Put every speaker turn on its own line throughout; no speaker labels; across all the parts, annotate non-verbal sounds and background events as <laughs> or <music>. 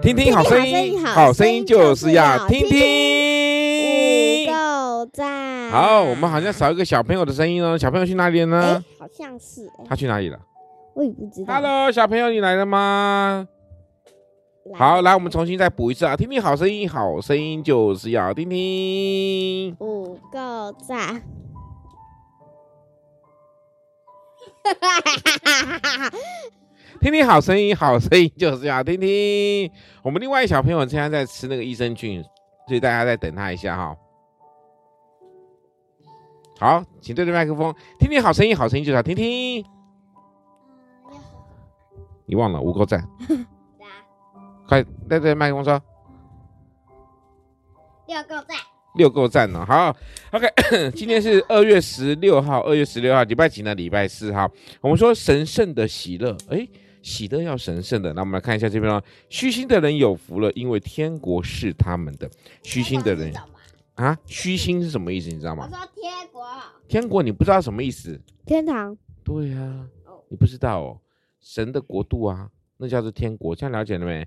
听听好声音，好声音就是要听
不
听。
够赞。
好，我们好像少一个小朋友的声音哦，小朋友去哪里了
哎
呢？，
好像是，哎
他去哪里了
我也不知道。
？Hello，小朋友，你来了吗？
来
好，来，我们重新再补一次啊！听听好声音，好声音就是要听听。
不够赞。
听听好声音，好声音就是要听听。我们另外一小朋友现在在吃那个益生菌，所以大家再等他一下哈。好，请对着麦克风，听听好声音，好声音就是要听听。你忘了，无够赞，快对着麦克风说
六够赞，
六够赞了。好，OK，今 <coughs> 天是二月十六号，二月十六号礼拜几呢？礼拜四哈。我们说神圣的喜乐，诶，喜乐要神圣的。那我们来看一下这边哦，虚心的人有福了，因为天国是他们的。虚心的人啊，虚心是什么意思？你知道吗？
说贴国，
天国你不知道什么意思？
天堂
对呀、你不知道哦，神的国度啊，那叫做天国，这样了解了没？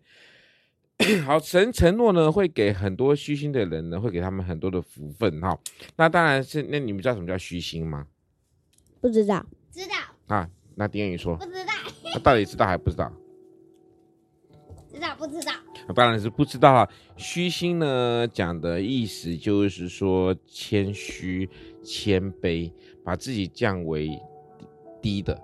<coughs> 好，神承诺呢，会给很多虚心的人呢，会给他们很多的福分哈、那当然是，那你们知道什么叫虚心吗？
不知道，
知道
啊，那丁宇说，
不知道？
那到底知道还不知道？
知道不知道？
当然是不知道了。虚心呢，讲的意思就是说谦虚、谦卑，把自己降为低的。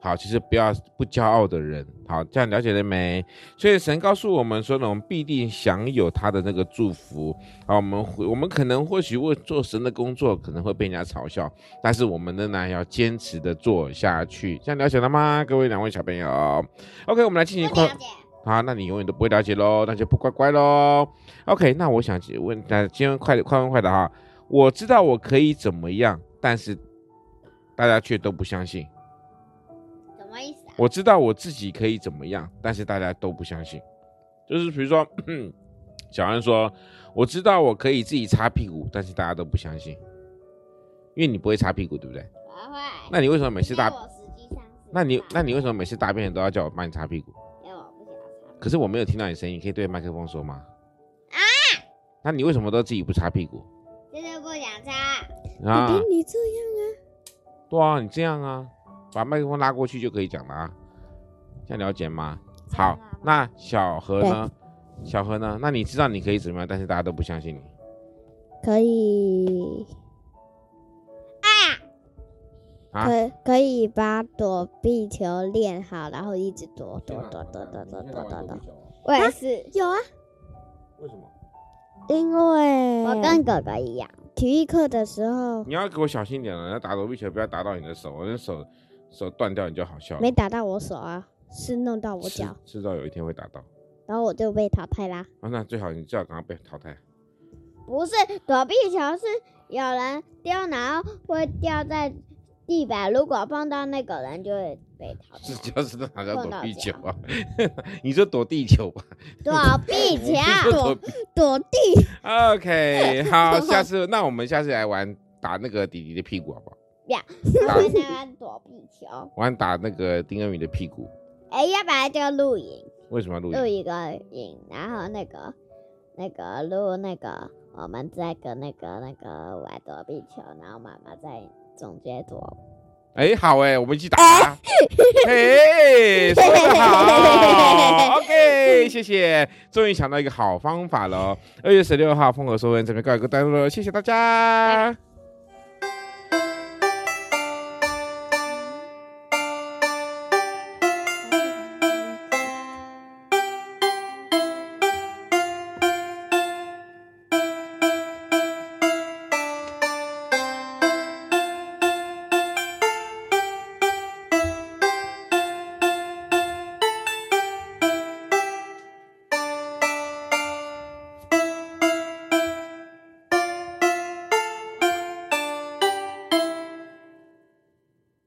好，就是不要不骄傲的人。好，这样了解了没？所以神告诉我们说呢，我们必定享有他的那个祝福。好，我们会我们可能或许会做神的工作，可能会被人家嘲笑，但是我们仍然要坚持的做下去。这样了解了吗？各位两位小朋友，OK，我们来进行
不
快
了。解，
啊，那你永远都不会了解喽，那就不乖乖喽。OK，那我想问大家，今天快快问快答哈，我知道我可以怎么样，但是大家却都不相信。
什么意思啊？
我知道我自己可以怎么样，但是大家都不相信。就是比如说， <coughs> 小安说，我知道我可以自己擦屁股，但是大家都不相信，因为你不会擦屁股，对不对？
我会。
那你为什么每次大
因为，我实际上是啊
那你
怕
那你为什么每次大便都要叫我帮你擦屁股？
因为我不想要
可是我没有听到你声音，你可以对麦克风说吗？啊？那你为什么都自己不擦屁股
擦，就是不想擦。
啊
我？跟你这样啊，
对啊，你这样啊，把麦克风拉过去就可以讲了啊，这样了解吗？好，那小何呢？小何呢？那你知道你可以怎么样，但是大家都不相信你。
可以
啊
可可以把躲避球练好，然后一直躲躲躲躲
啊
躲躲躲躲躲。
我也是，
有啊，
为什么？
因为
我跟哥哥一样，
体育课的时候
你要给我小心点了，要打躲避球不要打到你的手，那手手断掉你就好笑了。
没打到我手啊，是弄到我
迟
脚，
迟早有一天会打到
然后我就被淘汰啦。
啊，那最好你最好赶快被淘汰。啊
不是躲避球，是有人丢，然后会掉在地板，如果碰到那个人就会被淘
<laughs> 是
汰。
就是哪叫
碰
躲
到
避球
脚
啊？ <laughs> 你说躲地球吧？
躲避球，
<laughs> 躲
躲地
<laughs> OK，好，下次那我们下次来玩打那个弟弟的屁股好不好？
他们那边躲避球。
玩打那个丁恩宇的屁股，
哎，要不然就露营。
为什么要录
录
影？
一个影，然后那个那个录那个我们在跟那个那个玩躲避球，然后妈妈在总结躲。
哎，好哎，我们一起打。 <laughs> 嘿，说得好，OK，谢谢，终于想到一个好方法了哦。二月十六号，风和说文这边告一个段落了，谢谢大家。